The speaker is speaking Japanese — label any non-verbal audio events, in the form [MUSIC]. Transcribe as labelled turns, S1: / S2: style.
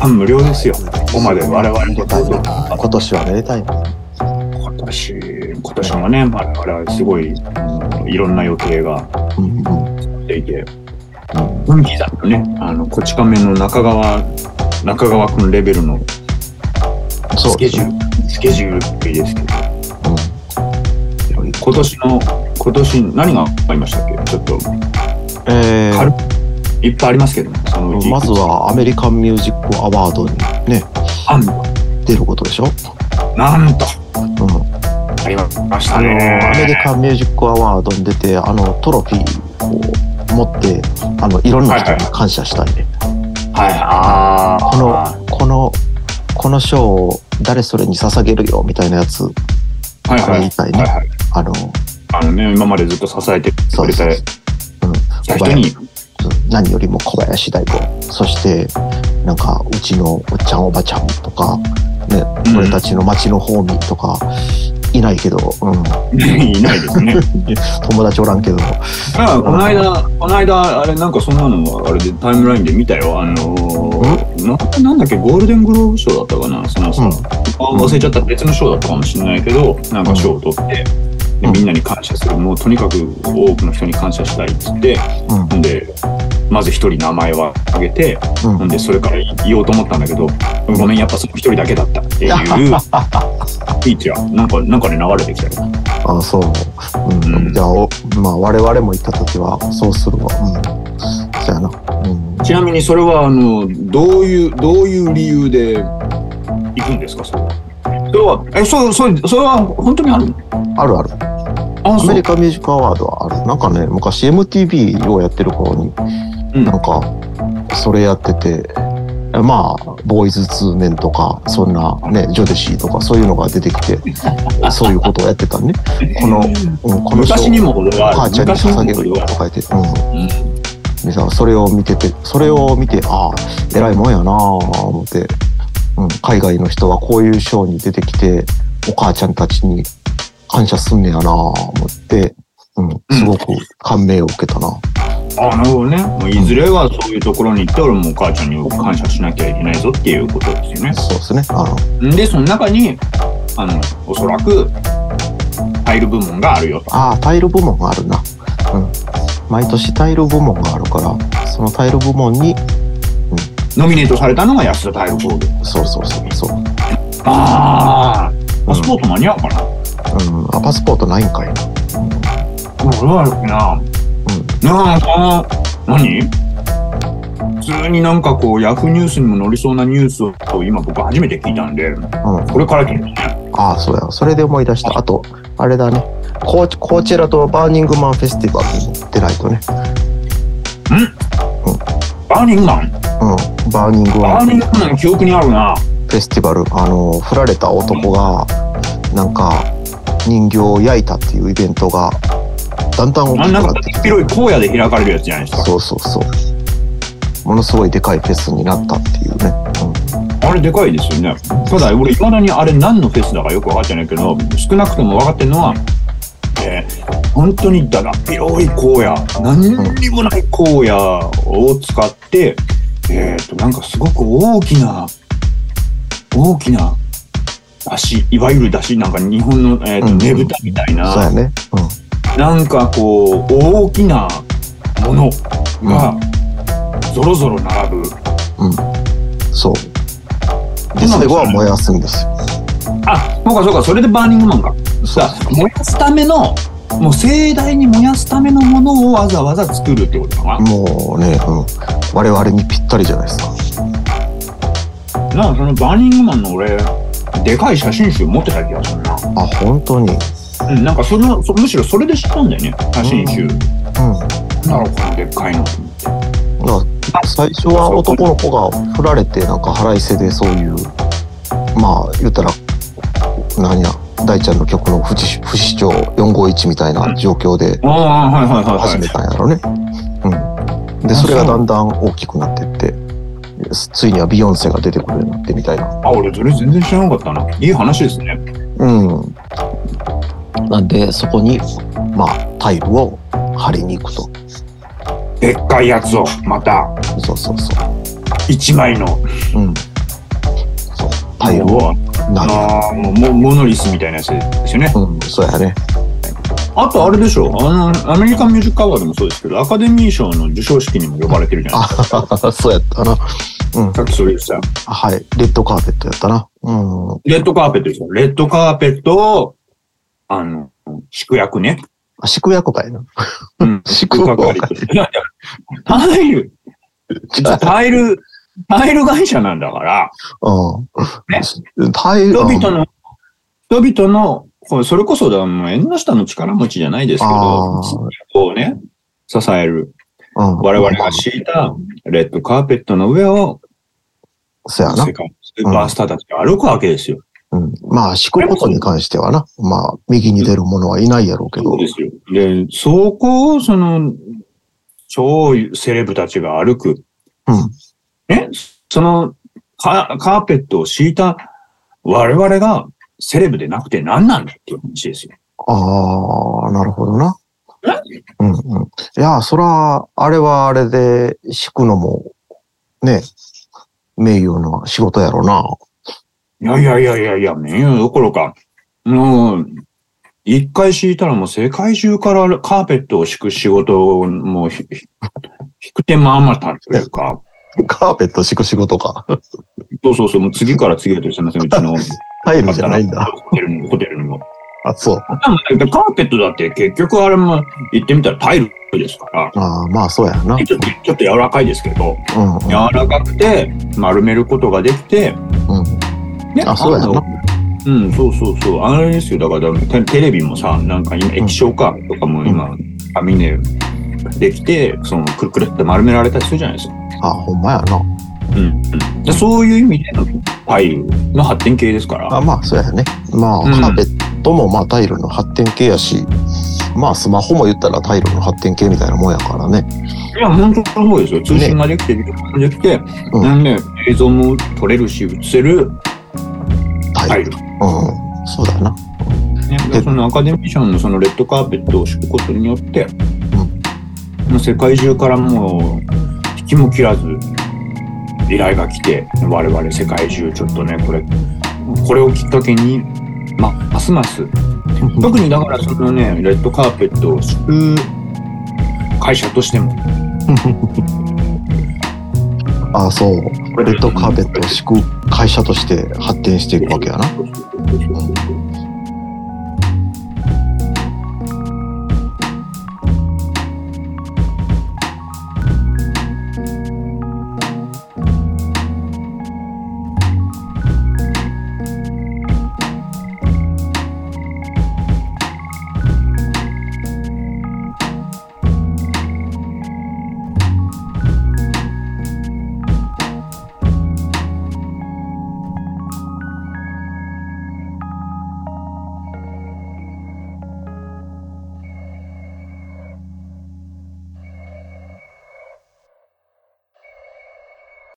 S1: 間無料ですよ、ここまで我々
S2: め
S1: の
S2: で
S1: こ
S2: たい
S1: と
S2: めでたい今年はめでたいな
S1: 今年今年はね我々はすごいあのいろんな予定が
S2: うんうん
S1: でいて本気だとねあのこち亀の中川中川くんレベルの
S2: そ
S1: ス
S2: う
S1: ケ
S2: です
S1: ジュ
S2: ね
S1: ールスケジュールってですけど
S2: うん
S1: 今年の今年何がありましたっけちょっと
S2: えー
S1: 軽いっぱいありますけどもそのうち
S2: まずはアメリカンミュージックアワードにね
S1: あんと
S2: 出ることでしょ、
S1: なんと
S2: う
S1: あ
S2: ん、
S1: りまし
S2: あ
S1: た
S2: のアメリ
S1: ね
S2: カンミュージックアワードに出てあのトロフィーを持ってあのいろんな人に感謝したいね、
S1: はいあー
S2: このこのこの賞を誰それに捧げるよみたいなやつ
S1: はいはい
S2: みたいね
S1: はいはい
S2: あの
S1: あのね今までずっと支えて
S2: そ
S1: く
S2: う
S1: れ
S2: そう
S1: た
S2: うん小
S1: 人
S2: 林
S1: に
S2: うん何よりも小林大吾そしてなんかうちのおっちゃんおばちゃんとか、ね、
S1: うん
S2: 俺たちの町の方民とかいないけど、う
S1: [LAUGHS]
S2: ん、
S1: いないです
S2: [LAUGHS]
S1: ね
S2: 友達おらんけど
S1: あこの間、この間、あれ、なんかそんなの、あれでタイムラインで見たよ。あのー、ななんだっけ、ゴールデングローブ賞だったかな、そのさ、
S2: うん
S1: あ忘れちゃった別の賞だったかもしれないけど、なんか賞を取って、で
S2: うん
S1: みんなに感謝する、もうとにかく多くの人に感謝したいっつって、
S2: うん
S1: んで、まず一人名前は挙げて、
S2: うん
S1: んで、それから言おうと思ったんだけど、ごめん、やっぱその一人だけだったっていうスピーチが、なんか、なんかね、流れてきたよ。
S2: あそう、うん
S1: うん
S2: じゃあお、まあ、我々も行った時はそうするわうんそうやな、うん、
S1: ちなみにそれはあのどういうどういう理由で行くんですかそれは。それはえそうそうそれは本当にあるの？
S2: あるある
S1: あ
S2: アメ
S1: そう
S2: リ。カミュージックアワードはあるなんかね昔 MTV をやってる頃に
S1: うん
S2: なんかそれやっててまあボーイズ2メンとかそんなねジョデシーとかそういうのが出て
S1: [LAUGHS]
S2: きてそういうことをやってたねこの、うん、この人
S1: 昔にも程があ
S2: 母
S1: る。
S2: ちゃんに
S1: 昔にも
S2: 捧げる
S1: 程
S2: よ
S1: があ
S2: と
S1: る。
S2: か言って、うん、
S1: うん
S2: でさそれを見ててそれを見てああ偉いもんやなあ思って、うん、海外の人はこういうショーに出てきてお母ちゃんたちに感謝すんねやなあ思って、うん、すごく感銘を受けたな、
S1: あなるほどね。もういずれはそういうところに行って俺もお母ちゃんに感謝しなきゃいけないぞっていうことですよね。
S2: そうですねあの
S1: でその中にあのおそらく入る部門があるよと。
S2: ああタイル部門があるな、うん、毎年タイル部門があるからそのタイル部門に
S1: ノミネートされたのが安田タイルフォード。
S2: そうそうそうそう、うん、
S1: ああ。パスポート間に合うかな。
S2: あパスポートないんかいな、
S1: 俺はあるかな。
S2: うん、
S1: なんか、何普通になんかこう、ヤフーニュースにも載りそうなニュースを今僕初めて聞いたんで、
S2: うん
S1: これから聞いてね。
S2: ああ、そうや。それで思い出した。あと、あれだね。コーチコーチェラとバーニングマンフェスティバルに出ないとね。
S1: バーニングマン
S2: うん。バーニングマ
S1: バー
S2: ン
S1: ニングマン記憶にあるな。
S2: フェスティバル。あの、振られた男が、なんか、人形を焼いたっていうイベントが、だんだん大
S1: あん
S2: きく
S1: な
S2: なんっ
S1: か
S2: てきて。
S1: 広い荒野で開かれるやつじゃないですか。
S2: そうそうそう。ものすごいでかいフェスになったっていうね。
S1: あれでかいですよね。ただ、俺、いまだにあれ何のフェスだかよく分かってないけど、少なくとも分かってるのは、えー本当にだだっ広い荒野、何にもない荒野を使って、えっ、と、なんかすごく大きな、大きな、出汁、いわゆる出汁、なんか日本の、えーと
S2: うん
S1: ねぶたみたい
S2: そうや
S1: な、
S2: ね。うん。
S1: なんかこう、大きなものが、ぞろぞろ並ぶ。
S2: そう。で、
S1: 今の
S2: 最後は燃やすんですよ。
S1: あ、そうかそうか、それでバーニングマンか。
S2: そう
S1: さ燃やすためのもう盛大に燃やすためのものをわざわざ作るってことかな。
S2: もうね、うん。我々にぴったりじゃないですか。
S1: なんかそのバーニングマンの俺でかい写真集持ってた気がするな。
S2: あ、本当に。
S1: うん、なんかそのそむしろそれで知ったんだよね写真集。
S2: うん。
S1: なんだろうこのでっかいの。
S2: だから最初は男の子が振られてなんか腹いせでそういうまあ言ったら何や大ちゃんの曲の不死不死鳥451みたいな状況で
S1: ああはいはいはい
S2: 始
S1: は
S2: め
S1: い。
S2: たんやろね。うん、でそれがだんだん大きくなってってついにはビヨンセが出てくるようになってみたいな。
S1: あ俺それ全然知らなかったな。いい話ですね。
S2: うん、なんでそこにまあタイルを貼りに行くと。
S1: でっかいやつをまた
S2: そうそうそ
S1: 一枚の
S2: う。うん、対応
S1: もう
S2: なる。
S1: ああ、もうモモノリスみたいなやつですよね。
S2: うん、そうやね。
S1: あとあれでしょあの、アメリカンミュージックアワードもそうですけど、アカデミー賞の授賞式にも呼ばれてるじゃないですか。 [LAUGHS]
S2: あそうやったな。うん。
S1: さっきそれ言ってた。
S2: はい。レッドカーペットやったな。うん。
S1: レッドカーペットですよ。レッドカーペットを、あの、宿役ね。
S2: あ、宿役かいな。
S1: うん。
S2: 宿
S1: 宿
S2: 泊
S1: 係として。いやいやタイル、タイル、タイル会社なんだから、
S2: うん。対
S1: 人々の、人々の、これそれこそだ、もう縁の下の力持ちじゃないですけ
S2: あ
S1: ど、
S2: ー
S1: こうね、支える。
S2: うん。
S1: 我々が敷いたレッドカーペットの上を、
S2: そうやな
S1: 世。界のスーパースターたちが歩くわけですよ。
S2: うん。まあ、敷くことに関してはな。まあ、右に出る者はいないやろうけ
S1: そ
S2: ど
S1: う。ですよ。で、そこを、その、超セレブたちが歩く。
S2: うん
S1: ねそのカ、カーペットを敷いた我々がセレブでなくて何なんだっていう話ですよ。
S2: ああ、なるほどな
S1: え。
S2: うんうん。いや、そら、あれはあれで敷くのも、ね、名誉の仕事やろうな。 [LAUGHS]
S1: いやいやいやいやいや、メニューどころか。もう、一回敷いたらもう世界中からカーペットを敷く仕事をもうひ、ひ引く手間余ったというか。
S2: カーペット敷く仕事か。
S1: そうそうそう、もう次から次へとしてません、うちの。
S2: タイルじゃないんだ。
S1: ホテルにも、ホテルにも。
S2: あ、そう。
S1: でもカーペットだって結局あれも言ってみたらタイルですから、
S2: ああ、まあ、そうやな。
S1: ちょっとちょっと柔らかいですけど、
S2: うん、うん。
S1: 柔らかくて丸めることができて、
S2: うん。
S1: ね
S2: あそうやな
S1: のうん、そうそうそう。あれですよ。だからテテレビもさ、なんか今液晶化とかも今、網でできて、そのくるくるって丸められたりするじゃないですか。
S2: あ、ほんまやな。
S1: うん、うん。でそういう意味でのタイルの発展系ですから。
S2: あ、まあ、そうやね。まあ、
S1: うん
S2: カーペットもまあ、タイルの発展系やし、まあ、スマホも言ったらタイルの発展系みたいなもんやからね。
S1: いや、本当そうですよ。通信ができて、ビデオができて、
S2: うん
S1: なんで映像も撮れるし、映せる
S2: タ
S1: タイ
S2: イル。
S1: ル。
S2: うん。そうだ
S1: [LAUGHS]
S2: な。
S1: ね、
S2: で
S1: そのアカデミー賞のそのレッドカーペットを敷くことによって、もう世界中からもう引きも切らず依頼が来て我々世界中ちょっとねこれこれをきっかけに、ま、ますます特にだからそのねレッドカーペットを敷く会社としても
S2: あ、そう。
S1: レ
S2: レッドカーペットを敷く会社として発展していくわけやな。